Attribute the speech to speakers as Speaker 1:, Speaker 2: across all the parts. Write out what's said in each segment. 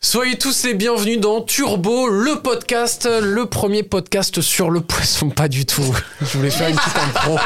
Speaker 1: Soyez tous les bienvenus dans Turbo, le podcast, le premier podcast sur le poisson. Pas du tout. Je voulais faire une petite intro.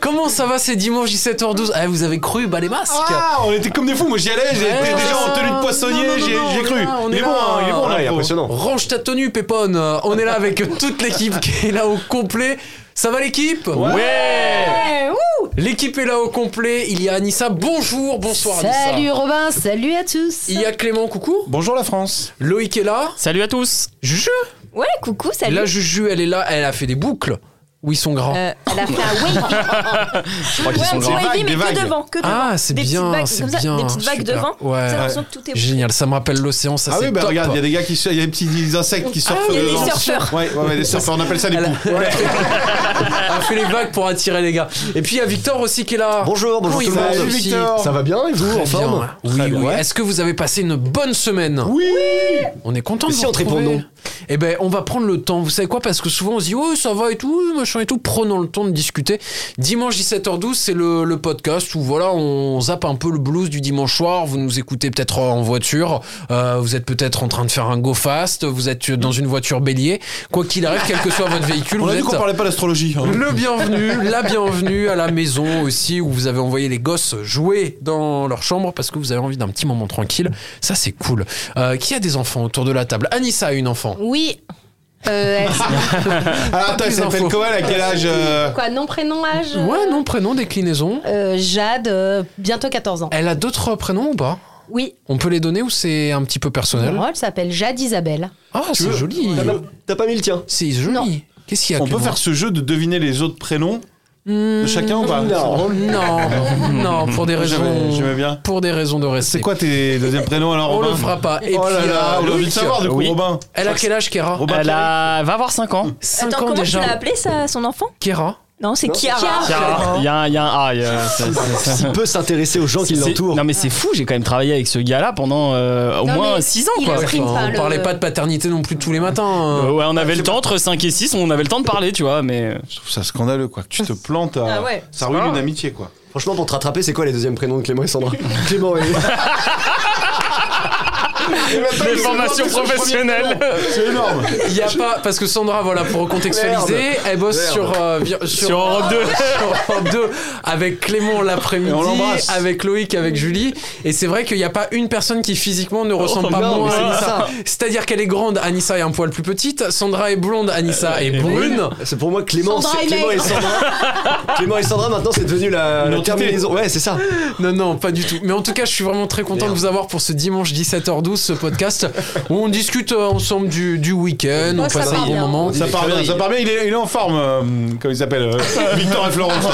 Speaker 1: Comment ça va C'est dimanche 17h12. Ah, vous avez cru Bah les masques.
Speaker 2: Ah, on était comme des fous, moi j'y allais, j'étais
Speaker 1: Ouais,
Speaker 2: déjà
Speaker 1: ouais.
Speaker 2: en tenue de
Speaker 1: Non, non,
Speaker 2: poissonnier,
Speaker 1: non,
Speaker 2: j'ai
Speaker 1: non,
Speaker 2: j'ai
Speaker 1: on est
Speaker 2: cru.
Speaker 1: là, on
Speaker 2: il
Speaker 1: est
Speaker 2: est bon,
Speaker 1: là.
Speaker 2: hein, il est bon,
Speaker 1: Ouais,
Speaker 2: là,
Speaker 1: il est
Speaker 2: impressionnant.
Speaker 1: Range ta tenue, Pépone. Euh, On est là avec toute l'équipe qui est là au complet. Ça va l'équipe
Speaker 3: Ouais, ouh.
Speaker 1: L'équipe est là au complet. Il y a Anissa. Bonjour, bonsoir
Speaker 3: Salut
Speaker 1: Anissa.
Speaker 3: Robin, salut à tous.
Speaker 1: Il y a Clément, coucou.
Speaker 2: Bonjour la France.
Speaker 1: Loïc est là.
Speaker 4: Salut à tous
Speaker 1: Juju.
Speaker 3: Ouais, coucou, salut.
Speaker 1: La Juju, elle est là. Elle a fait des boucles. Où ils sont grands.
Speaker 3: Euh, elle a fait un wavy,
Speaker 4: Je crois
Speaker 3: ouais, un petit
Speaker 2: grands.
Speaker 3: wavy,
Speaker 2: Des
Speaker 3: mais
Speaker 2: vagues,
Speaker 3: que
Speaker 2: des
Speaker 3: devant, que devant.
Speaker 1: Ah, c'est
Speaker 3: des petites
Speaker 1: bien,
Speaker 3: vagues
Speaker 1: c'est
Speaker 3: comme ça,
Speaker 1: bien.
Speaker 3: Des petites vagues
Speaker 1: super.
Speaker 3: devant.
Speaker 1: Ouais.
Speaker 3: Ça, l'impression que tout est
Speaker 1: Génial, ça me rappelle l'océan, ça
Speaker 2: Ah
Speaker 1: c'est
Speaker 2: oui, bah
Speaker 1: top. Ah
Speaker 2: regarde, il y a des gars qui surfent, il y a des petits des insectes qui surfent.
Speaker 3: il y a des
Speaker 2: dans-
Speaker 3: surfeurs.
Speaker 2: Ouais, ouais, ouais, des surfeurs, on appelle ça des
Speaker 1: Elle a-
Speaker 2: poux.
Speaker 1: Ouais. Elle a fait les vagues pour attirer les gars. Et puis il y a Victor aussi qui est là.
Speaker 5: Bonjour, bonjour
Speaker 1: Oui,
Speaker 5: tout le
Speaker 1: salut,
Speaker 5: monde.
Speaker 1: Victor.
Speaker 5: Ça va bien et vous
Speaker 1: Très
Speaker 5: en forme
Speaker 1: bien. Oui,
Speaker 5: Très bien.
Speaker 1: oui.
Speaker 5: Ouais.
Speaker 1: Est-ce que vous avez passé une bonne semaine
Speaker 5: Oui.
Speaker 1: On est content de
Speaker 5: Mais
Speaker 1: vous
Speaker 5: si on te répond
Speaker 1: retrouver.
Speaker 5: non.
Speaker 1: Eh ben, on va prendre le temps. Vous savez quoi Parce que souvent, on se dit, oh, ça va et tout, machin et tout. Prenons le temps de discuter. Dimanche 17h12, c'est le, le podcast où, voilà, on zappe un peu le blues du dimanche soir. Vous nous écoutez peut-être en voiture. Euh, vous êtes peut-être en train de faire un go fast. Vous êtes dans une voiture bélier. Quoi qu'il arrive, quel que soit votre véhicule,
Speaker 2: On
Speaker 1: vous
Speaker 2: a vu
Speaker 1: êtes...
Speaker 2: qu'on parlait pas d'astrologie. hein.
Speaker 1: Le bienvenu, la bienvenue à la maison aussi où vous avez envoyé les gosses jouer dans leur chambre parce que vous avez envie d'un petit moment tranquille. Ça c'est cool. Euh, qui a des enfants autour de la table Anissa a une enfant.
Speaker 3: Oui. Euh, elle-
Speaker 2: Alors Ah, attends,
Speaker 1: plus Ah,
Speaker 2: elle s'appelle
Speaker 1: d'infos.
Speaker 2: comment, elle a quel âge euh,
Speaker 3: quoi, nom, prénom, âge euh,
Speaker 1: Ouais, non, prénom, déclinaison.
Speaker 3: euh, Jade, euh, bientôt 14 ans.
Speaker 1: Elle a d'autres prénoms ou pas
Speaker 3: Oui.
Speaker 1: On peut les donner ou c'est un petit peu personnel
Speaker 3: Moi, elle s'appelle Jade Isabelle.
Speaker 1: Ah, c'est
Speaker 2: veux
Speaker 1: joli.
Speaker 5: T'as pas- T'as pas mis le tien
Speaker 1: C'est joli. Qu'est-ce qu'il y a
Speaker 2: On peut
Speaker 1: Clément
Speaker 2: faire ce jeu de deviner les autres prénoms de chacun ou pas
Speaker 5: non.
Speaker 2: C'est drôle.
Speaker 1: Hmm, Non, non, pour des
Speaker 2: J'aimais
Speaker 1: raisons.
Speaker 2: j'aimais bien.
Speaker 1: Pour des raisons de rester.
Speaker 2: C'est quoi tes deuxièmes prénoms alors
Speaker 1: On
Speaker 2: Robin
Speaker 1: le fera pas. Et
Speaker 2: Oh là
Speaker 1: puis,
Speaker 2: là,
Speaker 1: euh,
Speaker 2: on a envie de
Speaker 1: Loïc,
Speaker 2: savoir du coup
Speaker 4: Oui.
Speaker 2: Robin.
Speaker 1: Elle a quel âge, Kéra
Speaker 5: Bah,
Speaker 2: Robin,
Speaker 4: Elle a... va avoir 5 ans.
Speaker 1: 5
Speaker 6: Attends,
Speaker 1: ans
Speaker 6: comment
Speaker 1: déjà.
Speaker 6: tu l'as appelé ça, son enfant
Speaker 1: Kéra
Speaker 6: Non, c'est
Speaker 5: Non,
Speaker 6: Kiara.
Speaker 4: Tiens, Il y a un... il y a un- ah, il y a- c'est- c'est- c'est-
Speaker 5: S'il peut s'intéresser aux gens qui
Speaker 4: c'est-
Speaker 5: l'entourent.
Speaker 4: Non mais c'est fou, j'ai quand même travaillé avec ce gars-là pendant euh, au
Speaker 3: Non,
Speaker 4: moins
Speaker 3: mais
Speaker 4: 6 ans
Speaker 3: il
Speaker 4: quoi.
Speaker 3: a- Sprint,
Speaker 1: Enfin,
Speaker 3: pas
Speaker 1: on
Speaker 3: le-
Speaker 1: parlait pas de paternité non plus tous les matins.
Speaker 4: Euh,
Speaker 1: euh.
Speaker 4: ouais,
Speaker 5: Ah,
Speaker 4: on avait le temps entre 5 et 6, on avait le temps de parler, tu vois, mais
Speaker 2: Je trouve ça scandaleux quoi, que tu te plantes. à-
Speaker 6: Ah ouais.
Speaker 2: Ça ruine une amitié quoi.
Speaker 5: Franchement, pour te rattraper, c'est quoi les deuxièmes prénoms de Clément et Sandra Clément et.
Speaker 4: les formations professionnelles.
Speaker 2: C'est énorme.
Speaker 1: Il y a pas parce que Sandra voilà pour contextualiser,
Speaker 5: Merde.
Speaker 1: elle bosse
Speaker 5: Merde.
Speaker 1: sur euh, vi- sur,
Speaker 4: Sur Europe 2.
Speaker 1: sur Europe 2, avec Clément
Speaker 2: Et on
Speaker 1: l'après-midi,
Speaker 2: l'embrasse.
Speaker 1: avec Loïc, avec Julie et c'est vrai qu'il n'y a pas une personne qui physiquement ne ressemble pas
Speaker 5: Oh, non, mais c'est
Speaker 1: moins.
Speaker 5: Anissa.
Speaker 1: C'est-à-dire qu'elle est grande, Anissa est un poil plus petite, Sandra est blonde, Anissa Euh, est brune.
Speaker 5: C'est pour moi Clément,
Speaker 3: Sandra
Speaker 5: c'est
Speaker 3: et
Speaker 5: Clément et
Speaker 3: Maigre.
Speaker 5: Sandra. Clément et Sandra, maintenant, c'est devenu la,
Speaker 2: Une
Speaker 5: la
Speaker 2: entité.
Speaker 5: terminaison. Ouais, c'est ça.
Speaker 1: Non non, pas du tout. Mais en tout cas, je suis vraiment très content de vous avoir pour ce dimanche 17h12 ce podcast où on discute euh, ensemble du, du week-end,
Speaker 3: Moi,
Speaker 1: on
Speaker 3: ça
Speaker 1: passe
Speaker 3: part
Speaker 1: un bon
Speaker 3: bien.
Speaker 1: moment.
Speaker 2: Ça
Speaker 5: des
Speaker 2: part bien,
Speaker 5: conneries.
Speaker 2: ça part bien, il est, il est en forme, euh, comment il s'appelle euh, Victor et Florence.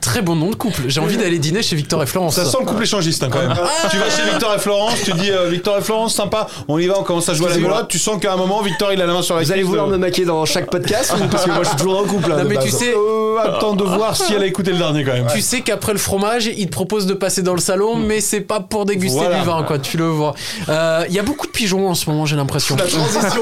Speaker 1: Très bon nom de couple. J'ai envie d'aller dîner chez Victor et Florence.
Speaker 2: Ça sent le couple échangiste hein, quand même. tu vas chez Victor et Florence, tu dis euh, Victor et Florence, sympa, on y va, on commence à jouer à la
Speaker 5: Excusez-moi.
Speaker 2: belote, tu sens qu'à un moment Victor il a la main sur la
Speaker 5: Vous allez
Speaker 2: cuisse,
Speaker 5: vouloir
Speaker 2: euh,
Speaker 5: me maquer dans chaque podcast ou- Parce que moi, je suis toujours en couple. là,
Speaker 1: Non,
Speaker 5: de
Speaker 1: mais tu
Speaker 5: base.
Speaker 1: sais,
Speaker 2: euh, attends de voir si elle a écouté le dernier quand même.
Speaker 1: Tu sais qu'après le fromage, il te propose de passer dans le salon, mais c'est pas pour déguster
Speaker 2: Hmm. Voilà.
Speaker 1: du vin, quoi. Tu le vois. Euh, Il y a beaucoup de pigeons en ce moment, j'ai l'impression.
Speaker 5: La transition.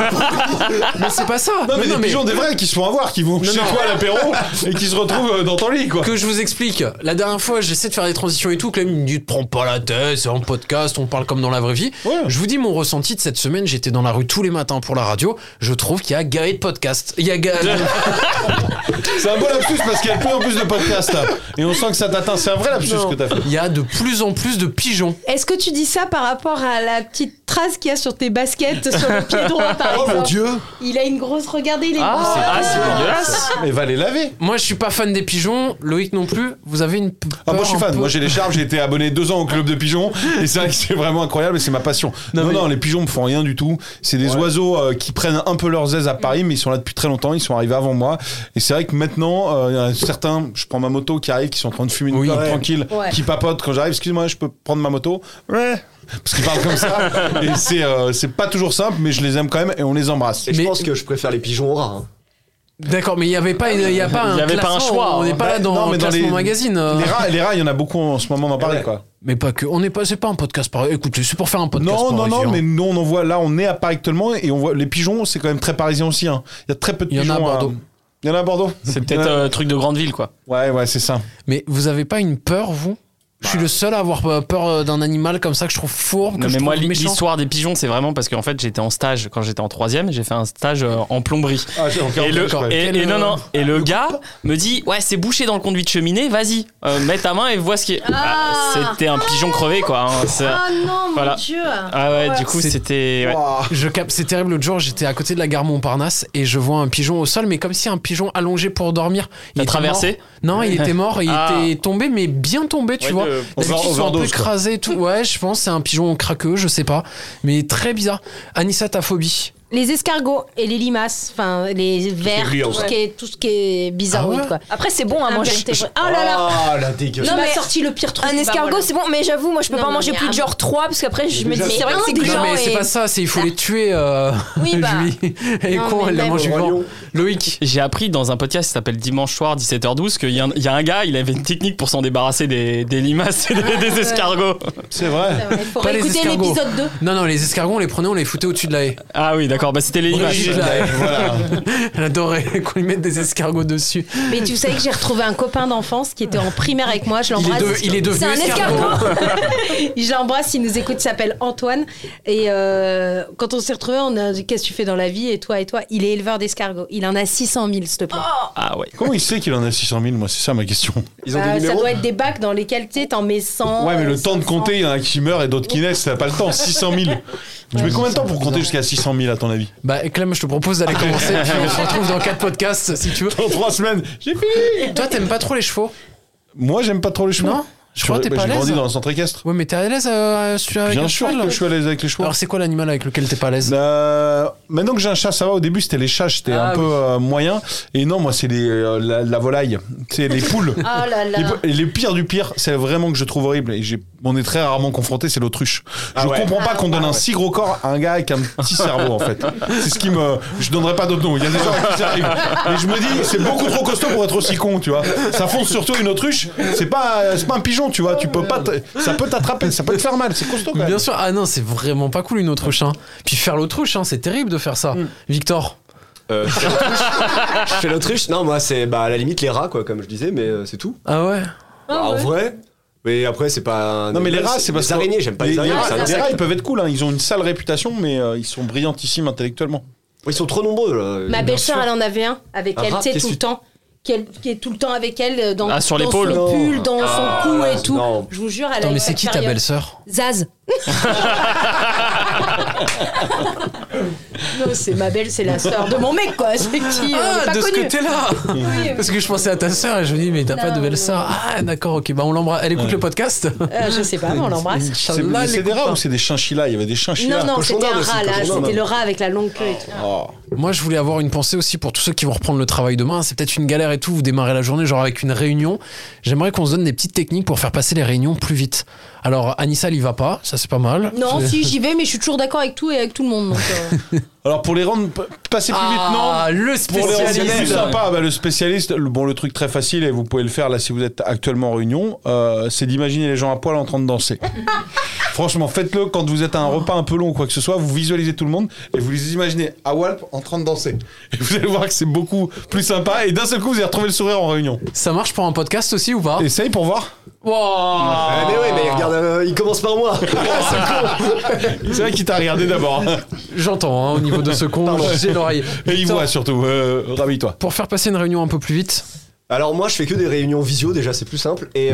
Speaker 1: mais c'est pas ça.
Speaker 2: Non mais
Speaker 1: Non,
Speaker 2: des
Speaker 1: non, mais
Speaker 2: pigeons des vrais qui se font avoir, qui vont chez
Speaker 1: non.
Speaker 2: toi à l'apéro et qui se retrouvent euh, dans ton lit quoi.
Speaker 1: Que je vous explique. La dernière fois, j'essaie de faire des transitions et tout. Clem il me dit prends pas la tête, c'est un podcast, on parle comme dans la vraie vie.
Speaker 2: Ouais.
Speaker 1: Je vous dis mon ressenti de cette semaine. J'étais dans la rue tous les matins pour la radio. Je trouve qu'il y a gaé de podcast. Il y a ga-
Speaker 2: C'est un beau lapsus parce qu'il y a de plus en plus de podcasts là. et on sent que ça t'atteint, c'est un vrai lapsus
Speaker 1: Non.
Speaker 2: que t'as fait.
Speaker 1: Il y a de plus en plus de pigeons.
Speaker 3: Est-ce que tu dis ça par rapport à la petite trace qu'il y a sur tes baskets sur le pied droit, par
Speaker 5: Oh mon
Speaker 3: exemple
Speaker 5: dieu
Speaker 3: Il a une grosse, regardez, il est
Speaker 4: Ah, c'est ah, c'est dégueulasse.
Speaker 2: Mais va les laver.
Speaker 1: Moi, je suis pas fan des pigeons. Loïc non plus. Vous avez une.
Speaker 2: Ah, moi
Speaker 1: peur
Speaker 2: je suis
Speaker 1: un
Speaker 2: fan,
Speaker 1: peu-
Speaker 2: moi j'ai les charmes, j'ai été abonné deux ans au club de pigeons et c'est vrai que c'est vraiment incroyable et c'est ma passion.
Speaker 1: Non,
Speaker 2: Non, non,
Speaker 1: mais-
Speaker 2: les pigeons me font rien du tout. C'est des oiseaux euh, qui prennent un peu leurs aises à Paris mais ils sont là depuis très longtemps, ils sont arrivés avant moi et c'est vrai que maintenant euh, il y en a certains, je prends ma moto qui arrive, qui sont en train de fumer une
Speaker 1: Oui.
Speaker 2: clope
Speaker 1: Ouais.
Speaker 2: tranquille,
Speaker 3: Ouais.
Speaker 2: qui papotent quand j'arrive, excuse-moi je peux prendre ma moto Ouais Parce qu'ils parlent comme ça et c'est euh, c'est pas toujours simple mais je les aime quand même et on les embrasse.
Speaker 5: Et je
Speaker 1: Mais-
Speaker 5: pense que je préfère les pigeons aux rats. hein.
Speaker 1: D'accord, mais il n'y avait pas, il y a pas un
Speaker 4: Il y avait pas un
Speaker 1: classement,
Speaker 4: choix,
Speaker 1: On n'est pas
Speaker 2: hein.
Speaker 1: là dans,
Speaker 2: Non, mais dans
Speaker 1: classement
Speaker 2: les-
Speaker 1: magazine. euh.
Speaker 2: Les rats, les rats, il y en a beaucoup en ce moment dans Paris quoi.
Speaker 1: Mais pas que. On n'est pas, c'est pas un podcast par. Écoutez, c'est pour faire un podcast.
Speaker 2: Non, non,
Speaker 1: par
Speaker 2: non,
Speaker 1: ailleurs.
Speaker 2: mais nous on en voit là, on est à Paris actuellement et on voit les pigeons, c'est quand même très parisien aussi. hein. Il y a très peu de
Speaker 1: Il y en a
Speaker 2: pigeons.
Speaker 1: à Bordeaux.
Speaker 2: hein. Il y en a à Bordeaux.
Speaker 4: C'est peut-être
Speaker 2: Ouais.
Speaker 4: euh, truc de grande ville quoi.
Speaker 2: Ouais, ouais, c'est ça.
Speaker 1: Mais vous avez pas une peur, vous Je suis le seul à avoir euh, peur euh, d'un animal comme ça que je trouve fourbe, que
Speaker 4: Bah. Non,
Speaker 1: je
Speaker 4: mais
Speaker 1: trouve
Speaker 4: moi, li-
Speaker 1: méchant.
Speaker 4: l'histoire des pigeons, c'est vraiment parce qu'en fait, j'étais en stage quand j'étais en troisième. J'ai fait un stage euh, en plomberie.
Speaker 2: Ah, j'ai encore
Speaker 4: Et le,
Speaker 1: d'accord.
Speaker 4: et,
Speaker 1: Quel,
Speaker 4: et
Speaker 5: euh,
Speaker 4: non, non, et le gars
Speaker 5: coupe.
Speaker 4: me dit Ouais, c'est bouché dans le conduit de cheminée, vas-y, euh, mets ta main et vois ce qui est.
Speaker 3: Ah.
Speaker 4: Bah, c'était un pigeon crevé, quoi. hein, c'est-
Speaker 3: Ah non, mon
Speaker 4: Voilà.
Speaker 3: dieu.
Speaker 4: Ah ouais, du coup,
Speaker 1: C'est-
Speaker 4: c'était. ouais.
Speaker 5: Ouah.
Speaker 1: Je cap... C'est terrible, l'autre jour, j'étais à côté de la gare Montparnasse et je vois un pigeon au sol, mais comme si un pigeon allongé pour dormir.
Speaker 4: T'as
Speaker 1: était
Speaker 4: traversé
Speaker 1: mort. Non, il était mort et il
Speaker 4: Ah.
Speaker 1: était tombé, mais bien tombé, tu
Speaker 4: Ouais,
Speaker 1: vois.
Speaker 4: de-
Speaker 1: D'habitude,
Speaker 2: Over-
Speaker 1: ils sont un peu
Speaker 2: overdose, quoi.
Speaker 1: écrasés et tout. Ouais, je pense, c'est un pigeon craqueux, je sais pas. Mais très bizarre. Anissa, ta phobie
Speaker 6: Les escargots et les limaces, enfin les vers,
Speaker 5: gluant,
Speaker 6: tout ce qui est, tout ce qui est
Speaker 1: Ah
Speaker 6: bizarre.
Speaker 1: ouais
Speaker 6: quoi.
Speaker 3: Après, c'est
Speaker 7: hein,
Speaker 3: bon à
Speaker 6: Un
Speaker 3: manger.
Speaker 6: vertébré- Ah là là
Speaker 5: Ah la
Speaker 6: Non,
Speaker 5: dégueulasse.
Speaker 3: Tu Oh, m'as
Speaker 6: mais-
Speaker 3: sorti le pire truc.
Speaker 6: Un
Speaker 3: Bah,
Speaker 6: escargot,
Speaker 3: voilà.
Speaker 6: c'est bon, mais j'avoue, moi je peux
Speaker 3: Non,
Speaker 6: pas en
Speaker 3: mais
Speaker 6: manger
Speaker 3: il y a
Speaker 6: plus de
Speaker 3: un-
Speaker 6: genre 3 parce qu'après je me dis,
Speaker 5: Déjà,
Speaker 6: c'est vrai que c'est
Speaker 1: Non,
Speaker 6: gluant.
Speaker 1: mais c'est
Speaker 6: et- Ah.
Speaker 1: pas ça, c'est il faut les tuer. euh,
Speaker 6: Oui, bah.
Speaker 1: Julie. Elle est
Speaker 6: Non,
Speaker 1: con,
Speaker 6: mais
Speaker 1: elle la
Speaker 6: même.
Speaker 1: mange
Speaker 5: Au roi
Speaker 1: vivant.
Speaker 5: lion.
Speaker 1: Loïc.
Speaker 4: J'ai appris dans un podcast qui s'appelle Dimanche soir 17h12 qu'il y, a un- il y a un gars, il avait une technique pour s'en débarrasser des, des limaces et des, des escargots.
Speaker 2: C'est vrai.
Speaker 6: Faut
Speaker 1: Pas les
Speaker 6: réécouter
Speaker 1: escargots.
Speaker 6: l'épisode 2.
Speaker 1: Non, non, les escargots, on les prenait, on les foutait au-dessus de la haie.
Speaker 4: Ah oui, d'accord, bah c'était les limaces.
Speaker 1: Brigitte, là,
Speaker 2: Ouais, voilà.
Speaker 1: elle adorait qu'on lui mette des escargots dessus.
Speaker 6: Mais tu savais que j'ai retrouvé un copain d'enfance qui était en primaire avec moi, je
Speaker 1: Il est,
Speaker 6: l'embrasse.
Speaker 1: de- il est devenu
Speaker 6: C'est un
Speaker 1: escargot.
Speaker 6: escargot. je l'embrasse, il nous écoute, il s'appelle Antoine. Et euh, quand on s'est retrouvés, on a dit Qu'est-ce que tu fais dans la vie Et toi, et toi Il est éleveur d'escargots. Il en a 600 000, s'il te plaît.
Speaker 4: Ah ouais.
Speaker 2: Comment il sait qu'il en a 600 000 Moi, c'est ça ma question.
Speaker 5: Ils ont
Speaker 6: Bah,
Speaker 5: des
Speaker 6: ça
Speaker 5: numéros.
Speaker 6: doit être des bacs dans lesquels tu sais, t'en mets 100.
Speaker 2: Ouais, mais le temps de
Speaker 6: 500.
Speaker 2: compter, il y en a qui meurent et d'autres qui naissent, ça n'a pas le temps. 600 000. Tu mets combien de temps pour compter jusqu'à 600 000 à ton avis
Speaker 1: Bah, Clem, je te propose
Speaker 2: Ah.
Speaker 1: d'aller commencer, puis on se retrouve dans quatre podcasts si tu veux.
Speaker 2: Dans 3 semaines, j'ai fini.
Speaker 1: Toi, t'aimes pas trop les chevaux
Speaker 2: Moi, j'aime pas trop les chevaux.
Speaker 1: Non Je crois que t'es
Speaker 2: Bah,
Speaker 1: pas à
Speaker 2: J'ai
Speaker 1: l'aise.
Speaker 2: grandi dans un centre équestre.
Speaker 1: Ouais, mais t'es à l'aise euh, celui avec
Speaker 2: Bien
Speaker 1: un
Speaker 2: sûr
Speaker 1: cheval,
Speaker 2: que
Speaker 1: là
Speaker 2: je suis à l'aise avec les chevaux.
Speaker 1: Alors, c'est quoi l'animal avec lequel t'es pas à l'aise
Speaker 2: Euh, maintenant que j'ai un chat, ça va. Au début, c'était les chats, j'étais
Speaker 1: Ah,
Speaker 2: un peu
Speaker 1: oui.
Speaker 2: euh, moyen. Et non, moi, c'est les, euh, la, la volaille. C'est les poules.
Speaker 6: Oh là là.
Speaker 2: Les, pou- et les pires du pire, c'est vraiment que je trouve horrible. Et j'ai- on est très rarement confronté, c'est l'autruche. Je
Speaker 5: Ah ouais.
Speaker 2: comprends pas qu'on donne un si gros corps à un gars avec un petit cerveau, en fait. C'est ce qui me. Je donnerais pas d'autre nom. Il y a des gens à qui ça arrive. Mais je me dis, c'est beaucoup trop costaud pour être aussi con, tu vois. Ça fonce surtout une autruche. C'est pas, c'est pas un pigeon, tu vois. Tu peux pas. te- Ça peut t'attraper, ça peut te faire mal. C'est costaud, quand même.
Speaker 1: Bien sûr, ah non, c'est vraiment pas cool une autruche. Hein. Puis faire l'autruche, hein, c'est terrible de faire
Speaker 2: Mm.
Speaker 1: ça. Victor
Speaker 5: Euh, je fais l'autruche. Je fais l'autruche. Non, moi, c'est bah, à la limite les rats, quoi, comme je disais, mais euh, c'est tout.
Speaker 1: Ah ouais
Speaker 5: Bah, En vrai. Mais après, c'est pas. un
Speaker 2: Non mais les
Speaker 5: animal,
Speaker 2: rats
Speaker 5: c'est-
Speaker 2: c'est parce
Speaker 5: Les araignées, j'aime pas les, araignées.
Speaker 2: rats,
Speaker 5: c'est un
Speaker 2: les
Speaker 5: insecte.
Speaker 2: rats, ils peuvent être cool, hein. ils ont une sale réputation mais euh, ils sont brillantissimes intellectuellement.
Speaker 5: Ils sont trop nombreux, là.
Speaker 6: Ma
Speaker 5: Bien
Speaker 6: belle-sœur,
Speaker 5: sûr.
Speaker 6: elle en avait un avec
Speaker 5: Un
Speaker 6: elle,
Speaker 5: rat,
Speaker 6: tu sais,
Speaker 5: qu'est-ce
Speaker 6: tout
Speaker 5: que
Speaker 6: le
Speaker 5: tu-
Speaker 6: temps. Qu'elle- qui est tout le temps avec elle euh, dans,
Speaker 4: Ah, sur
Speaker 6: dans
Speaker 4: l'épaule.
Speaker 6: son
Speaker 5: Non.
Speaker 6: pull, dans
Speaker 5: Ah,
Speaker 6: son cou et tout.
Speaker 5: non.
Speaker 6: Je vous jure, elle a
Speaker 1: Attends,
Speaker 6: eu
Speaker 1: mais
Speaker 6: sa
Speaker 1: c'est qui ta
Speaker 6: période.
Speaker 1: belle-sœur
Speaker 6: Zaz. non, c'est ma belle, c'est la sœur de mon mec, quoi. C'est qui euh, on est
Speaker 1: Ah,
Speaker 6: pas
Speaker 1: de ce
Speaker 6: connu.
Speaker 1: que t'es là
Speaker 6: Oui.
Speaker 1: Parce que je pensais à ta sœur et je me dis, mais t'as pas de
Speaker 6: Non,
Speaker 1: belle-sœur. Ah, d'accord, ok, bah on l'embrasse. Elle écoute le podcast
Speaker 6: Euh, je sais pas, mais on l'embrasse.
Speaker 2: C'est
Speaker 1: Inch'Allah,
Speaker 2: mais
Speaker 1: les
Speaker 2: c'est des rats
Speaker 1: copains.
Speaker 2: ou c'est des chinchillas Il y avait des chinchillas.
Speaker 6: Non, non,
Speaker 5: cochon
Speaker 6: c'était un
Speaker 5: d'Inde aussi,
Speaker 6: rat, là.
Speaker 5: cochon d'Inde.
Speaker 6: C'était le rat avec la longue queue et tout.
Speaker 2: Oh.
Speaker 1: Moi, je voulais avoir une pensée aussi pour tous ceux qui vont reprendre le travail demain. C'est peut-être une galère et tout. Vous démarrez la journée, genre avec une réunion. J'aimerais qu'on se donne des petites techniques pour faire passer les réunions plus vite. Alors, Anissa, elle y va pas. Ça, c'est pas mal.
Speaker 6: Non,
Speaker 1: C'est-
Speaker 6: si, j'y vais, mais je suis toujours d'accord avec tout et avec tout le monde. donc, euh,
Speaker 2: Alors pour les rendre p- passer plus vite non
Speaker 1: Ah, le
Speaker 2: pour les rendre plus
Speaker 1: spécialiste.
Speaker 2: sympas, bah, le spécialiste, le, bon, le truc très facile, et vous pouvez le faire là si vous êtes actuellement en réunion, euh, c'est d'imaginer les gens à poil en train de danser. Franchement, faites-le quand vous êtes à un repas un peu long ou quoi que ce soit, vous visualisez tout le monde et vous les imaginez à Walp en train de danser. Et vous allez voir que c'est beaucoup plus sympa et d'un seul coup vous allez retrouver le sourire en réunion.
Speaker 1: Ça marche pour un podcast aussi ou pas
Speaker 2: Essaye pour voir. Eh,
Speaker 1: Wow.
Speaker 5: Ah, mais oui, mais regarde, euh, il commence par moi.
Speaker 2: C'est vrai qu'il t'a regardé d'abord.
Speaker 1: J'entends hein, au niveau de ce con, j'ai l'oreille.
Speaker 2: Et il
Speaker 1: Victor,
Speaker 2: voit surtout. Euh, Ravis-toi.
Speaker 1: Pour faire passer une réunion un peu plus vite,
Speaker 5: Alors moi je fais que des réunions visio déjà c'est plus simple et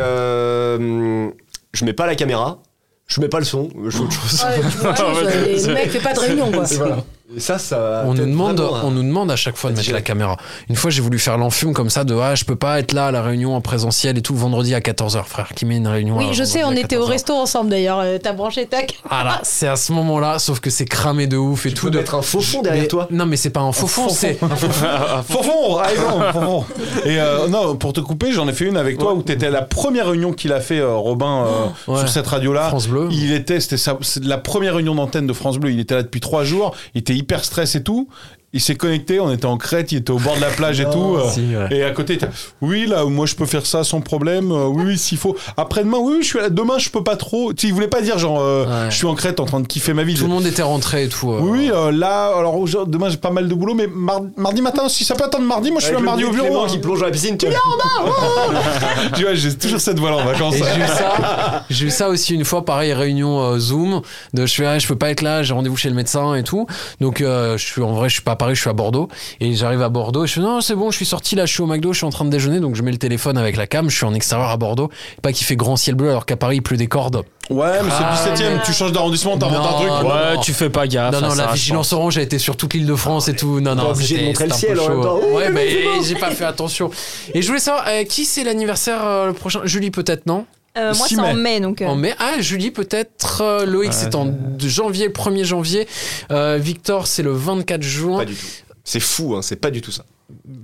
Speaker 5: euh, je mets pas la caméra, je mets pas le son, je fais autre chose.
Speaker 6: ouais, tu vois, je- le mec fait pas de réunion, quoi.
Speaker 5: Et voilà. Et ça ça
Speaker 1: on nous,
Speaker 5: t'aide
Speaker 1: demande,
Speaker 5: Ah, vraiment hein. à-
Speaker 1: on nous demande à chaque fois de mettre
Speaker 5: Direct.
Speaker 1: la caméra. Une fois, j'ai voulu faire l'enfume comme ça de Ah, je peux pas être là à la réunion en présentiel et tout vendredi à 14h, frère. Qui met une réunion
Speaker 6: Oui,
Speaker 1: à-
Speaker 6: je sais, on
Speaker 1: vendredi à
Speaker 6: était au
Speaker 1: 14h.
Speaker 6: resto ensemble d'ailleurs. euh, T'as branché, tac.
Speaker 1: Ah là, c'est à ce moment-là, sauf que c'est cramé de ouf et
Speaker 5: tu
Speaker 1: tout.
Speaker 5: peux
Speaker 1: de-
Speaker 5: mettre un faux fond derrière
Speaker 1: Mais-
Speaker 5: toi.
Speaker 1: Non, mais c'est pas un faux fond, c'est.
Speaker 2: Ah, Fonfon, allez, bon, fonfon. Et euh, non, pour te couper, j'en ai fait une avec toi où t'étais à la première réunion qu'il a fait euh, Robin euh,
Speaker 1: Oh, Ouais.
Speaker 2: sur cette radio-là.
Speaker 5: Ah.
Speaker 1: France Bleu.
Speaker 2: Il était, c'était sa- c'est la première réunion d'antenne de France Bleu. Il était là depuis trois jours. Il était hyper stress et tout. Il s'est connecté, on était en Crète, il était au bord de la plage et tout. euh,
Speaker 1: Oh, Si, ouais.
Speaker 2: Et à côté, t'as, oui, là, moi, je peux faire ça sans problème. euh, oui, oui, s'il faut. Après-demain, oui, oui, je suis là. Demain, je peux pas trop. Tu sais, il voulait pas dire, genre, euh,
Speaker 1: Ouais.
Speaker 2: je suis en Crète en train de kiffer ma vie.
Speaker 1: Tout le monde était rentré et tout. euh.
Speaker 2: Oui, oui, euh, là, alors aujourd'hui- demain j'ai pas mal de boulot, mais mar- mardi matin, si ça peut attendre mardi, moi je suis là
Speaker 5: Avec le
Speaker 2: mardi au
Speaker 5: bruit de
Speaker 2: bureau.
Speaker 5: Clément qui
Speaker 2: hein.
Speaker 5: plonge dans la piscine. Tu
Speaker 2: Tu vois, j'ai toujours cette voile en vacances.
Speaker 1: Et j'ai eu ça, j'ai eu ça aussi une fois, pareil, réunion euh, Zoom, de je fais, ah, je peux pas être là, j'ai rendez-vous chez le médecin et tout. Donc, euh, je suis, en vrai, je suis pas à Paris, je suis à Bordeaux. Et j'arrive à Bordeaux, et je fais, non, c'est bon, je suis sorti là, je suis au McDo, je suis en train de déjeuner, donc je mets le téléphone avec la cam, je suis en extérieur à Bordeaux. Pas qu'il fait grand ciel bleu alors qu'à Paris il pleut des cordes.
Speaker 2: Ouais, mais
Speaker 1: Ah.
Speaker 2: c'est 17ème, tu changes d'arrondissement, t'inventes
Speaker 1: Non,
Speaker 2: un truc.
Speaker 1: non,
Speaker 2: quoi.
Speaker 4: Ouais,
Speaker 1: non.
Speaker 4: tu fais pas
Speaker 5: Ah,
Speaker 4: gaffe.
Speaker 1: non,
Speaker 4: à
Speaker 1: non,
Speaker 4: ça,
Speaker 1: la
Speaker 4: je
Speaker 1: vigilance orange a été sur toute l'île de France et tout. Non, non,
Speaker 5: obligé de
Speaker 1: c'était-
Speaker 5: montrer le
Speaker 1: c'était un peu
Speaker 5: ciel en même
Speaker 1: chaud.
Speaker 5: temps. Oui,
Speaker 1: Ouais, mais j'ai pas fait attention. Et je voulais savoir, euh, qui c'est l'anniversaire euh, le prochain Julie, peut-être, non
Speaker 3: Euh, moi,
Speaker 2: Six
Speaker 3: c'est en
Speaker 2: mai.
Speaker 3: mai, donc. euh,
Speaker 1: En mai. Ah, Julie, peut-être. euh, Loïc, c'est en janvier, le 1er janvier. Euh, Victor, c'est le 24
Speaker 5: Pas
Speaker 1: juin.
Speaker 5: du tout. C'est fou, hein, c'est pas du tout ça.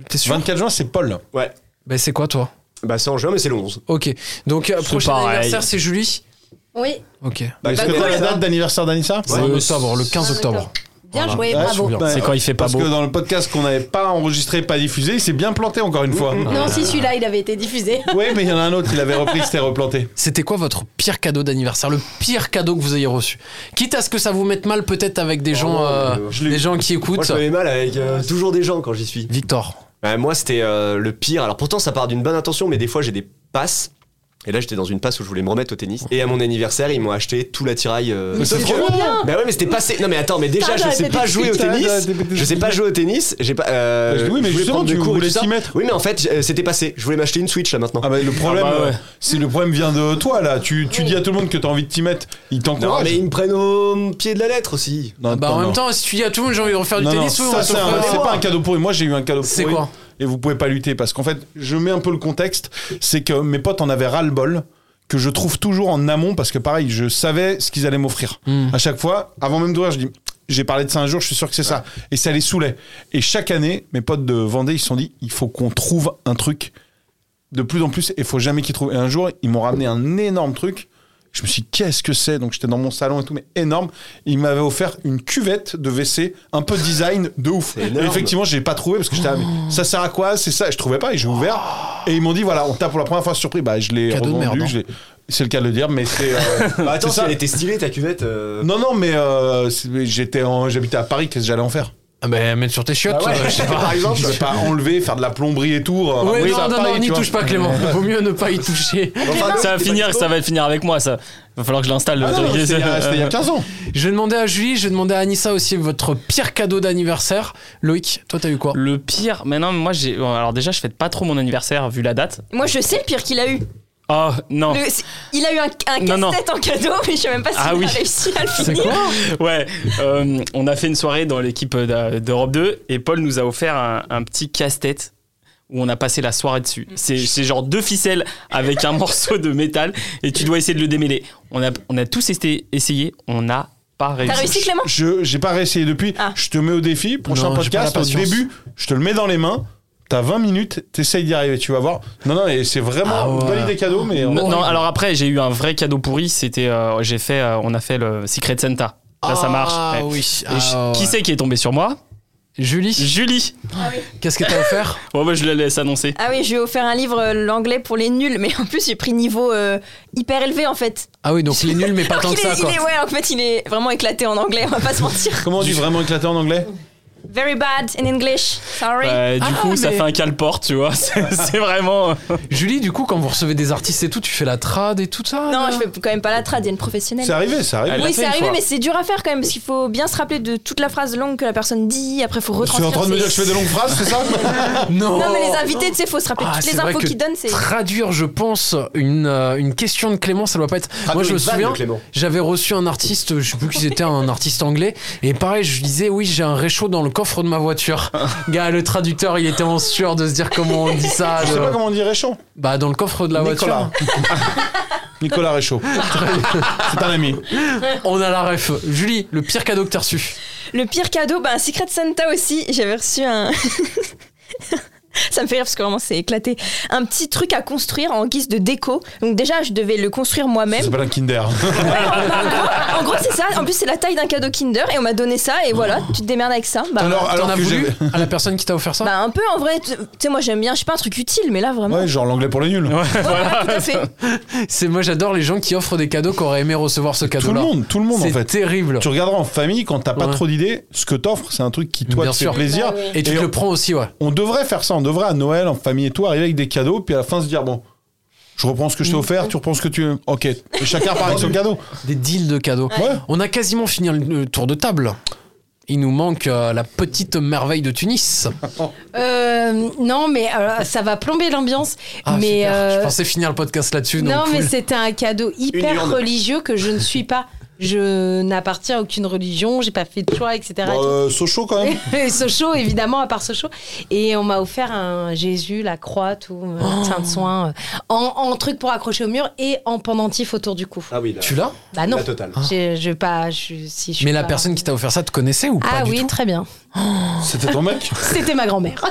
Speaker 1: T'es sûr
Speaker 2: 24 juin, c'est Paul.
Speaker 5: Ouais.
Speaker 1: Bah, c'est quoi, toi
Speaker 5: Bah, c'est en juin, mais c'est le 11.
Speaker 1: Ok. Donc, euh,
Speaker 4: C'est
Speaker 1: prochain
Speaker 4: pareil.
Speaker 1: anniversaire, c'est Julie
Speaker 6: Oui,
Speaker 1: Ok.
Speaker 5: Bah,
Speaker 2: Est-ce que
Speaker 5: cool,
Speaker 2: t'as la
Speaker 5: ça.
Speaker 2: date d'anniversaire d'Anissa
Speaker 1: C'est
Speaker 5: Ouais.
Speaker 1: le octobre, le 15
Speaker 6: 15
Speaker 1: octobre.
Speaker 6: octobre. bien joué,
Speaker 1: Ouais,
Speaker 6: bravo.
Speaker 1: souviens.
Speaker 2: Bah,
Speaker 4: C'est quand il fait pas
Speaker 2: parce
Speaker 4: beau.
Speaker 2: que dans le podcast qu'on n'avait pas enregistré, pas diffusé, il s'est bien planté encore une fois.
Speaker 6: Non, si celui-là, il avait été diffusé.
Speaker 2: oui, mais il y en a un autre, il avait repris, il s'était replanté.
Speaker 1: C'était quoi votre pire cadeau d'anniversaire Le pire cadeau que vous ayez reçu Quitte à ce que ça vous mette mal, peut-être, avec des gens,
Speaker 5: non,
Speaker 1: euh,
Speaker 5: mais, euh,
Speaker 2: Oh, je l'ai
Speaker 1: des
Speaker 2: eu.
Speaker 1: gens qui
Speaker 5: Moi,
Speaker 1: écoutent.
Speaker 5: je me mets mal avec euh, toujours des gens quand j'y suis.
Speaker 1: Victor.
Speaker 5: Ouais, moi, c'était euh, le pire. Alors, pourtant, ça part d'une bonne intention, mais des fois, j'ai des passes. Et là, j'étais dans une passe où je voulais me remettre au tennis. Et à mon anniversaire, ils m'ont acheté tout l'attirail. euh,
Speaker 2: c'est trop
Speaker 6: Trop bien.
Speaker 5: Bah ouais, mais c'était passé. Non, mais attends, mais déjà, je
Speaker 6: T'as
Speaker 5: sais pas
Speaker 6: raté.
Speaker 5: jouer au
Speaker 2: T'as
Speaker 5: tennis.
Speaker 2: raté.
Speaker 5: Je sais pas jouer au tennis. J'ai pas. euh,
Speaker 2: Bah, je dis oui, mais
Speaker 5: je voulais
Speaker 2: justement,
Speaker 5: prendre
Speaker 2: tu
Speaker 5: du cours et
Speaker 2: voulais
Speaker 5: tout ça.
Speaker 2: t'y mettre.
Speaker 5: Oui, mais en fait, j- euh, c'était passé. Je voulais m'acheter une Switch là maintenant.
Speaker 2: Ah bah le problème,
Speaker 4: Ah bah ouais.
Speaker 2: euh, c'est le problème vient de toi là. Tu, tu dis à tout le monde que t'as envie de t'y mettre, il
Speaker 5: non,
Speaker 2: t'encourage.
Speaker 5: mais ils me prennent au pied de la lettre aussi.
Speaker 2: Non,
Speaker 1: bah,
Speaker 2: non,
Speaker 1: en
Speaker 2: non.
Speaker 1: même temps, si tu dis à tout le monde, j'ai envie de refaire
Speaker 2: Non,
Speaker 1: du
Speaker 2: non,
Speaker 1: tennis, oui, on
Speaker 2: ça,
Speaker 1: va
Speaker 2: c'est
Speaker 1: s'en
Speaker 2: un-
Speaker 1: faire
Speaker 2: c'est
Speaker 1: voir.
Speaker 2: pas un cadeau pourri. Moi, j'ai eu un cadeau pourri.
Speaker 1: C'est quoi
Speaker 2: Et vous pouvez pas lutter parce qu'en fait, je mets un peu le contexte. C'est que mes potes en avaient ras-le-bol que je trouve toujours en amont parce que pareil, je savais ce qu'ils allaient m'offrir.
Speaker 1: Hmm.
Speaker 2: À chaque fois, avant même d'ouvrir, je dis. J'ai parlé de ça un jour, je suis sûr que c'est ça. Et ça les saoulait. Et chaque année, mes potes de Vendée, ils se sont dit, il faut qu'on trouve un truc de plus en plus, il faut jamais qu'ils trouvent. Et un jour, ils m'ont ramené un énorme truc. Je me suis dit, qu'est-ce que c'est Donc j'étais dans mon salon et tout, mais énorme. Ils m'avaient offert une cuvette de WC, un peu design, de ouf. Et
Speaker 5: énorme.
Speaker 2: effectivement, je l'ai pas trouvé parce que j'étais, ah,
Speaker 1: Oh.
Speaker 2: mais ça sert à quoi C'est ça. Je trouvais pas et j'ai ouvert. Et ils m'ont dit, voilà, on t'a pour la première fois surpris. Bah, je l'ai
Speaker 1: Cadeau de merde, hein.
Speaker 2: revendu. je l'ai- C'est le cas de le dire, mais c'est. euh,
Speaker 5: Bah,
Speaker 2: c'est
Speaker 5: attends, si
Speaker 2: ça.
Speaker 5: elle était stylée ta cuvette. euh,
Speaker 2: Non, non, mais euh, c'est- j'étais en- j'habitais à Paris, qu'est-ce que j'allais en faire
Speaker 1: Ah, bah, mettre sur tes chiottes.
Speaker 5: Ah ouais.
Speaker 1: euh, je sais pas.
Speaker 5: Par exemple,
Speaker 2: Je vais pas enlever, faire de la plomberie et tout. euh,
Speaker 1: Ouais,
Speaker 2: ramener ça
Speaker 1: non,
Speaker 2: à
Speaker 1: non,
Speaker 2: Paris,
Speaker 1: non, n'y
Speaker 2: tu vois.
Speaker 1: touche pas, Clément. Vaut mieux ne pas y toucher.
Speaker 5: enfin,
Speaker 4: pense. Ça va
Speaker 5: t'es pas
Speaker 4: finir,
Speaker 5: dispo.
Speaker 4: ça va finir avec moi, ça. Va falloir que je l'installe.
Speaker 2: Ah
Speaker 4: le
Speaker 2: non,
Speaker 4: truc.
Speaker 2: c'était il y a- c'était il y
Speaker 1: euh,
Speaker 2: a 15 ans.
Speaker 1: Je vais demander à Julie, je vais demander à Anissa aussi votre pire cadeau d'anniversaire. Loïc, toi t'as eu quoi
Speaker 4: Le pire, mais non, mais moi j'ai. bon, Alors déjà, je fête pas trop mon anniversaire vu la date.
Speaker 7: Moi, je sais le pire qu'il a eu.
Speaker 4: Oh non.
Speaker 7: Le- c'est- il a eu un, un
Speaker 4: Non, non.
Speaker 7: casse-tête en cadeau, mais je sais même pas s'il
Speaker 4: Ah oui.
Speaker 7: a réussi à le
Speaker 1: C'est
Speaker 7: finir.
Speaker 1: quoi
Speaker 4: Ouais. euh, on a fait une soirée dans l'équipe d'A- d'Europe 2 et Paul nous a offert un, un petit casse-tête où on a passé la soirée dessus.
Speaker 1: Mm.
Speaker 4: C'est c'est genre deux ficelles avec un morceau de métal et tu dois essayer de le démêler. On a, on a tous été- essayé, on n'a pas réussi.
Speaker 7: T'as réussi, Clément
Speaker 2: Je j'ai pas réessayé depuis.
Speaker 7: Ah.
Speaker 2: Je te mets au défi. Prochain
Speaker 1: Non, j'ai pas la
Speaker 2: podcast, au
Speaker 1: patience.
Speaker 2: début, je te le mets dans les mains. T'as 20 minutes, t'essayes d'y arriver, tu vas voir. Non, non, et c'est vraiment
Speaker 1: Ah ouais.
Speaker 2: une bonne idée cadeau, mais.
Speaker 4: Non,
Speaker 2: on-
Speaker 4: non, alors après, j'ai eu un vrai cadeau pourri. C'était, euh, j'ai fait, euh, on a fait le Secret Santa. Là, ça marche.
Speaker 1: Ah
Speaker 4: Ouais.
Speaker 1: oui.
Speaker 4: Et
Speaker 1: Ah,
Speaker 4: je-
Speaker 1: ouais.
Speaker 4: Qui c'est qui est tombé sur moi
Speaker 1: Julie,
Speaker 4: Julie.
Speaker 1: qu'est-ce que t'as offert
Speaker 4: Bon, bah, je la laisse annoncer.
Speaker 7: Ah oui, je lui ai offert un livre, euh, l'anglais pour les nuls, mais en plus, j'ai pris niveau euh, hyper élevé en fait.
Speaker 1: Ah oui, donc les nuls, mais pas tant
Speaker 7: Alors
Speaker 1: que
Speaker 7: qu'il est,
Speaker 1: ça quoi.
Speaker 7: il est- ouais, en fait, il est vraiment éclaté en anglais, on va pas se mentir.
Speaker 2: Comment on dit vraiment éclaté en anglais
Speaker 7: Very bad in English, sorry.
Speaker 4: Bah, du
Speaker 1: Ah,
Speaker 4: coup, ça
Speaker 1: mais-
Speaker 4: fait un calport, tu vois. C'est c'est vraiment.
Speaker 1: Julie, du coup, quand vous recevez des artistes et tout, tu fais la trad et tout ça
Speaker 7: non,
Speaker 1: là
Speaker 7: je fais quand même pas la trad, il y a une professionnelle.
Speaker 2: C'est arrivé, c'est arrivé.
Speaker 4: Elle l'a
Speaker 7: oui,
Speaker 4: fait
Speaker 7: c'est
Speaker 4: une
Speaker 7: arrivé,
Speaker 4: fois.
Speaker 7: mais c'est dur à faire quand même, parce qu'il faut bien se rappeler de toute la phrase longue que la personne dit, après faut
Speaker 2: Tu es
Speaker 7: retranscrire.
Speaker 2: en train de me
Speaker 7: c'est-
Speaker 2: dire que je fais des longues phrases, c'est ça
Speaker 1: Non.
Speaker 7: Non, mais les invités, tu sais, faut se rappeler
Speaker 1: Ah,
Speaker 7: toutes
Speaker 1: c'est
Speaker 7: les
Speaker 1: vrai
Speaker 7: infos
Speaker 1: que
Speaker 7: qu'ils donnent, c'est.
Speaker 1: Traduire, je pense, une, euh, une question de Clément, ça doit pas être. Moi, je me
Speaker 5: une vanne de
Speaker 1: souviens,
Speaker 5: Clément.
Speaker 1: j'avais reçu un artiste, je sais plus qui c'était, un artiste anglais, et pareil, je disais, oui, j'ai un réchaud dans le coffre de ma voiture. Gars, le traducteur, il était en sueur de se dire comment on dit ça.
Speaker 2: Je sais
Speaker 1: de-
Speaker 2: pas comment on dit Réchaud.
Speaker 1: Bah, dans le coffre de la
Speaker 2: Nicolas. Nicolas Réchaud. c'est un ami.
Speaker 1: voiture. On a la ref. Julie, le pire cadeau que t'as reçu.
Speaker 7: Le pire cadeau, bah, un Secret Santa aussi. J'avais reçu un. Ça me fait rire parce que vraiment c'est éclaté. Un petit truc à construire en guise de déco. Donc déjà je devais le construire
Speaker 2: Ça
Speaker 7: moi-même.
Speaker 2: s'appelle un Kinder.
Speaker 7: En gros c'est ça. En plus c'est la taille d'un cadeau Kinder et on m'a donné ça et voilà tu te démerdes avec ça. Bah,
Speaker 1: T'en
Speaker 2: Alors, alors
Speaker 1: as
Speaker 2: que
Speaker 1: voulu
Speaker 2: j'ai.
Speaker 1: à la personne qui t'a offert ça
Speaker 7: bah, un peu en vrai. Tu tu sais moi j'aime bien je sais pas un truc utile mais là vraiment.
Speaker 2: Ouais, genre l'anglais pour les nuls.
Speaker 7: Voilà, tout à fait.
Speaker 1: C'est moi j'adore les gens qui offrent des cadeaux qu'aurait aimé recevoir ce
Speaker 2: Tout le
Speaker 1: cadeau-là.
Speaker 2: monde, tout le monde en
Speaker 1: C'est
Speaker 2: fait.
Speaker 1: terrible.
Speaker 2: Tu regarderas en famille quand t'as pas
Speaker 1: Ouais.
Speaker 2: trop d'idées, ce que t'offres, c'est un truc qui toi
Speaker 1: Bien
Speaker 2: te
Speaker 1: sûr.
Speaker 2: fait plaisir.
Speaker 7: Bah
Speaker 1: Et tu
Speaker 2: Et
Speaker 1: te
Speaker 2: on-
Speaker 1: le prends aussi, ouais.
Speaker 2: On devrait faire ça, on devrait à Noël, en famille et tout, arriver avec des cadeaux, puis à la fin se dire bon, je reprends ce que je t'ai offert, tu reprends ce que tu. Ok, Et chacun part avec son cadeau.
Speaker 1: Des deals de cadeaux.
Speaker 2: Ouais.
Speaker 1: On a quasiment fini le le tour de table. Il nous manque euh, la petite merveille de Tunis.
Speaker 6: Euh, non, mais alors, ça va plomber l'ambiance.
Speaker 1: Ah,
Speaker 6: mais
Speaker 1: super.
Speaker 6: euh,
Speaker 1: Je pensais finir le podcast là-dessus. donc
Speaker 6: non, mais
Speaker 1: cool.
Speaker 6: c'était un cadeau
Speaker 5: Une
Speaker 6: hyper
Speaker 5: urne.
Speaker 6: religieux que je ne suis pas. Je n'appartiens à aucune religion, j'ai pas fait de choix, etc.
Speaker 2: Bon, euh, Sochaux quand même.
Speaker 6: Et Sochaux, évidemment, à part Sochaux. Et on m'a offert un Jésus, la croix, tout, euh, saint de soin, euh, en, en truc pour accrocher au mur et en pendentif autour du cou.
Speaker 5: Ah oui, là.
Speaker 1: Tu l'as
Speaker 6: Bah non,
Speaker 5: La totale.
Speaker 6: J'ai- je vais pas. Je, suis- si je
Speaker 1: Ah.
Speaker 6: suis
Speaker 1: Mais la
Speaker 6: pas-
Speaker 1: personne qui t'a offert ça te connaissait ou pas
Speaker 6: Ah
Speaker 1: du
Speaker 6: oui,
Speaker 1: tout
Speaker 6: très bien.
Speaker 2: C'était ton mec
Speaker 6: C'était ma grand-mère.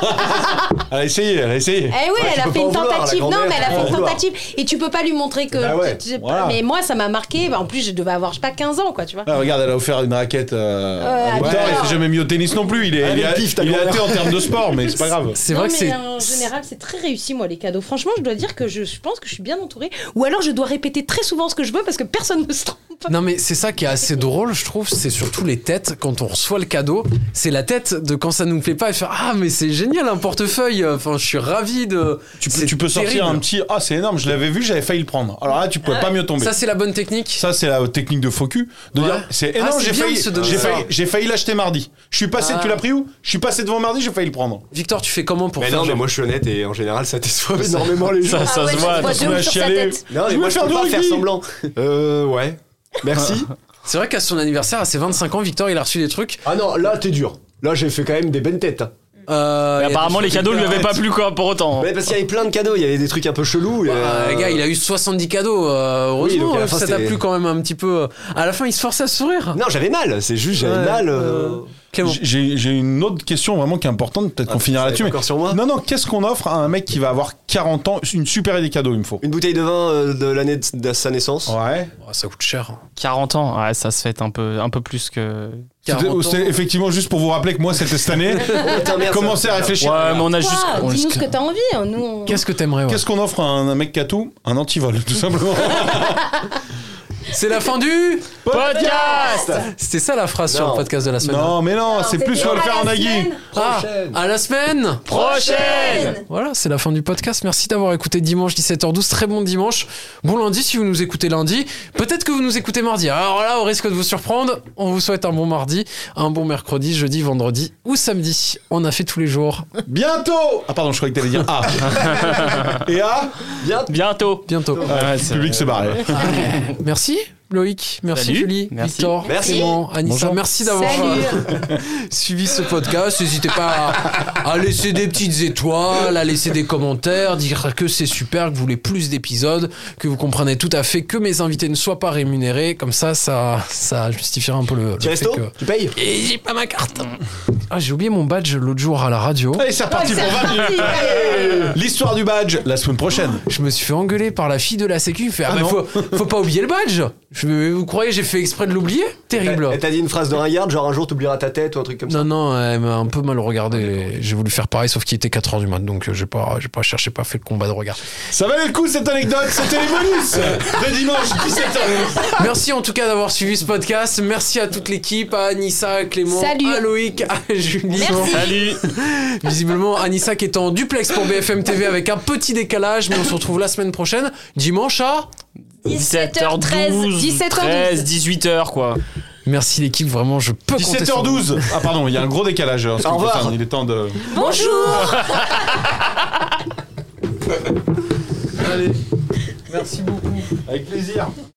Speaker 2: Elle a essayé, elle a essayé.
Speaker 6: Eh oui,
Speaker 5: Ouais,
Speaker 6: elle
Speaker 5: tu
Speaker 6: a
Speaker 5: peux
Speaker 6: fait
Speaker 5: pas
Speaker 6: une
Speaker 5: en vouloir, la
Speaker 6: tentative. non,
Speaker 5: grand-mère,
Speaker 6: mais elle a fait
Speaker 5: tu peux pas en
Speaker 6: une
Speaker 5: vouloir.
Speaker 6: tentative. Et tu peux pas lui montrer que.
Speaker 2: Bah ouais,
Speaker 6: tu- tu-
Speaker 2: voilà.
Speaker 6: Mais moi, ça m'a marqué. Bah, en plus, je devais avoir, je sais pas, 15 ans, quoi, tu vois.
Speaker 2: Ah, regarde, elle a offert une raquette. Euh,
Speaker 6: Ouais,
Speaker 2: à
Speaker 6: à
Speaker 2: Victor,
Speaker 6: Victor.
Speaker 2: il s'est jamais mis au tennis non plus. Il est,
Speaker 5: Allez,
Speaker 2: il est-
Speaker 5: pif, ta
Speaker 2: il est
Speaker 5: grand-mère.
Speaker 2: athée en termes de sport, mais c'est pas grave.
Speaker 1: C'est
Speaker 6: Non,
Speaker 1: vrai que
Speaker 6: mais
Speaker 1: c'est.
Speaker 6: en général, c'est très réussi, moi, les cadeaux. Franchement, je dois dire que je, je pense que je suis bien entourée. Ou alors, je dois répéter très souvent ce que je veux parce que personne ne se trompe.
Speaker 1: Non mais c'est ça qui est assez drôle, je trouve, c'est surtout les têtes quand on reçoit le cadeau, c'est la tête de quand ça nous plaît pas et faire ah mais c'est génial un portefeuille, enfin je suis ravi de
Speaker 2: Tu peux,
Speaker 1: C'est
Speaker 2: tu peux sortir
Speaker 1: terrible.
Speaker 2: un petit. Ah, c'est énorme, je l'avais vu, j'avais failli le prendre. Alors là, tu pouvais pas mieux tomber.
Speaker 1: Ah Ça c'est la bonne technique.
Speaker 2: Ça, c'est la technique de faux cul. De
Speaker 1: Ouais.
Speaker 2: dire, c'est
Speaker 1: Ah,
Speaker 2: énorme,
Speaker 1: c'est
Speaker 2: j'ai
Speaker 1: bien
Speaker 2: failli,
Speaker 1: de se donner
Speaker 2: j'ai
Speaker 1: ça.
Speaker 2: failli, j'ai failli l'acheter mardi. Je suis passé,
Speaker 1: Ah.
Speaker 2: tu l'as pris où Je suis passé devant mardi, j'ai failli le prendre.
Speaker 1: Victor, tu fais comment pour
Speaker 5: Mais
Speaker 1: faire
Speaker 5: non, mais
Speaker 1: genre-
Speaker 5: moi je suis honnête et en général ça déçoit énormément les gens.
Speaker 4: Ça, ça
Speaker 7: Ah ouais,
Speaker 4: se
Speaker 7: ça
Speaker 4: voit.
Speaker 7: se voit
Speaker 2: On
Speaker 7: de ouf
Speaker 2: a
Speaker 7: sur sa
Speaker 2: chialé.
Speaker 7: tête.
Speaker 5: Non,
Speaker 2: Je
Speaker 5: mais
Speaker 2: veux
Speaker 5: moi je
Speaker 2: faire
Speaker 5: peux
Speaker 2: du
Speaker 5: pas faire
Speaker 2: rugby.
Speaker 5: semblant. Euh, ouais. Merci.
Speaker 1: C'est vrai qu'à son anniversaire, à ses 25 ans, Victor il a reçu des trucs.
Speaker 5: Ah non, là t'es dur. Là j'ai fait quand même des bonnes têtes. hein.
Speaker 1: euh, il
Speaker 4: Mais
Speaker 1: y a
Speaker 4: apparemment,
Speaker 1: des
Speaker 4: les
Speaker 1: choses-
Speaker 4: cadeaux lui avaient pas plu quoi pour autant.
Speaker 5: Ouais, parce qu'il y avait plein de cadeaux, il y avait des trucs un peu chelous. et,
Speaker 1: Ah,
Speaker 5: euh,
Speaker 1: les gars, il a eu 70 cadeaux. euh,
Speaker 5: Oui,
Speaker 1: heureusement,
Speaker 5: donc à la fin,
Speaker 1: ça t'a
Speaker 5: c'était-
Speaker 1: plu quand même un petit peu. euh, À la fin, il se forçait à sourire.
Speaker 5: Non, j'avais mal, c'est juste j'avais
Speaker 1: Ouais,
Speaker 5: mal.
Speaker 1: euh,
Speaker 5: euh,
Speaker 1: Clément.
Speaker 2: J'ai j'ai une autre question vraiment qui est importante, peut-être qu'on
Speaker 5: ah,
Speaker 2: finira
Speaker 5: ça
Speaker 2: là-dessus.
Speaker 5: est
Speaker 2: mais-
Speaker 5: Encore sur moi
Speaker 2: Non, non, qu'est-ce qu'on offre à un mec qui va avoir 40 ans Une super idée cadeau, il me faut.
Speaker 5: Une bouteille de vin euh, de l'année de, de sa naissance.
Speaker 2: Ouais.
Speaker 1: Oh, ça coûte cher.
Speaker 4: 40 ans, ouais, ça se fait un peu, un peu plus que.
Speaker 1: 40 ans.
Speaker 2: C'était effectivement juste pour vous rappeler que moi, c'était cette année.
Speaker 5: Oh, putain, merde, ça-
Speaker 2: Commencez à
Speaker 4: Ouais,
Speaker 2: réfléchir.
Speaker 4: mais on a juste.
Speaker 6: Quoi
Speaker 4: on-
Speaker 6: Dis-nous ce que t'as envie. hein, Nous, on-
Speaker 1: Qu'est-ce que t'aimerais ouais.
Speaker 2: Qu'est-ce qu'on offre à un, un mec qui a tout Un antivol, tout simplement.
Speaker 1: C'est la fin du.
Speaker 4: Podcast
Speaker 1: C'était ça la phrase sur
Speaker 5: Non.
Speaker 1: le podcast de la semaine.
Speaker 2: non, mais non, c'est plus
Speaker 6: c'était
Speaker 2: on va le
Speaker 6: à
Speaker 2: faire
Speaker 6: la
Speaker 2: en Agui.
Speaker 6: semaine.
Speaker 1: Ah,
Speaker 5: Prochaine.
Speaker 1: à la semaine
Speaker 4: Prochaine
Speaker 1: Voilà, c'est la fin du podcast. Merci d'avoir écouté dimanche 17h12. Très bon dimanche. Bon lundi si vous nous écoutez lundi. Peut-être que vous nous écoutez mardi. Alors là, au risque de vous surprendre, on vous souhaite un bon mardi, un bon mercredi, jeudi, vendredi ou samedi. On a fait tous les jours.
Speaker 2: Bientôt Ah, pardon, je croyais que t'allais dire Ah. Et Ah
Speaker 4: Bientôt
Speaker 1: Bientôt.
Speaker 4: Ouais,
Speaker 2: Le
Speaker 4: c'est-
Speaker 2: public se barre.
Speaker 1: Merci Loïc, merci
Speaker 4: Salut.
Speaker 1: Julie,
Speaker 4: Merci.
Speaker 1: Victor,
Speaker 5: Merci.
Speaker 1: Clément, Anissa,
Speaker 2: Bonjour.
Speaker 1: merci d'avoir euh, suivi ce podcast. N'hésitez pas à, à laisser des petites étoiles, à laisser des commentaires, dire que c'est super, que vous voulez plus d'épisodes, que vous comprenez tout à fait que mes invités ne soient pas rémunérés. Comme ça, ça, ça justifiera un peu le, le
Speaker 5: Tu
Speaker 1: fait
Speaker 5: resto
Speaker 1: que-
Speaker 5: Tu payes
Speaker 1: Et j'ai pas ma carte. Ah, j'ai oublié mon badge l'autre jour à la radio.
Speaker 2: Allez, c'est reparti pour 20 minutes. L'histoire du badge, la semaine prochaine.
Speaker 1: Je me suis fait engueuler par la fille de la sécu. Elle fait, ah,
Speaker 2: Ah
Speaker 1: bah,
Speaker 2: non.
Speaker 1: faut, faut pas oublier le badge. Je, me- vous croyez j'ai fait exprès de l'oublier
Speaker 2: Eh,
Speaker 1: Terrible.
Speaker 5: Et t'as dit une phrase de ringard, genre un jour t'oublieras ta tête ou un truc comme
Speaker 1: Non,
Speaker 5: ça.
Speaker 1: non, elle m'a un peu mal regardé. et J'ai voulu faire pareil, sauf qu'il était 4h du mat, donc euh, j'ai pas, j'ai pas cherché, pas fait le combat de regard.
Speaker 2: Ça valait le coup cette anecdote, c'était les bonus de dimanche 17h.
Speaker 1: Merci en tout cas d'avoir suivi ce podcast. Merci à toute l'équipe, à Anissa, à Clément,
Speaker 6: Salut.
Speaker 1: à Loïc, à Julie.
Speaker 4: Salut
Speaker 1: Visiblement, Anissa qui est en duplex pour BFM TV avec un petit décalage, mais on se retrouve la semaine prochaine, dimanche à.
Speaker 4: 17h12, 13, 18h quoi.
Speaker 1: Merci l'équipe, vraiment, je peux compter sur vous.
Speaker 2: 17h12. Ah pardon, il y a un gros décalage. hein, en ce qui
Speaker 5: Au
Speaker 2: me
Speaker 5: revoir.
Speaker 2: concerne. Il est temps de.
Speaker 7: Bonjour
Speaker 2: Allez. Merci beaucoup. Avec plaisir.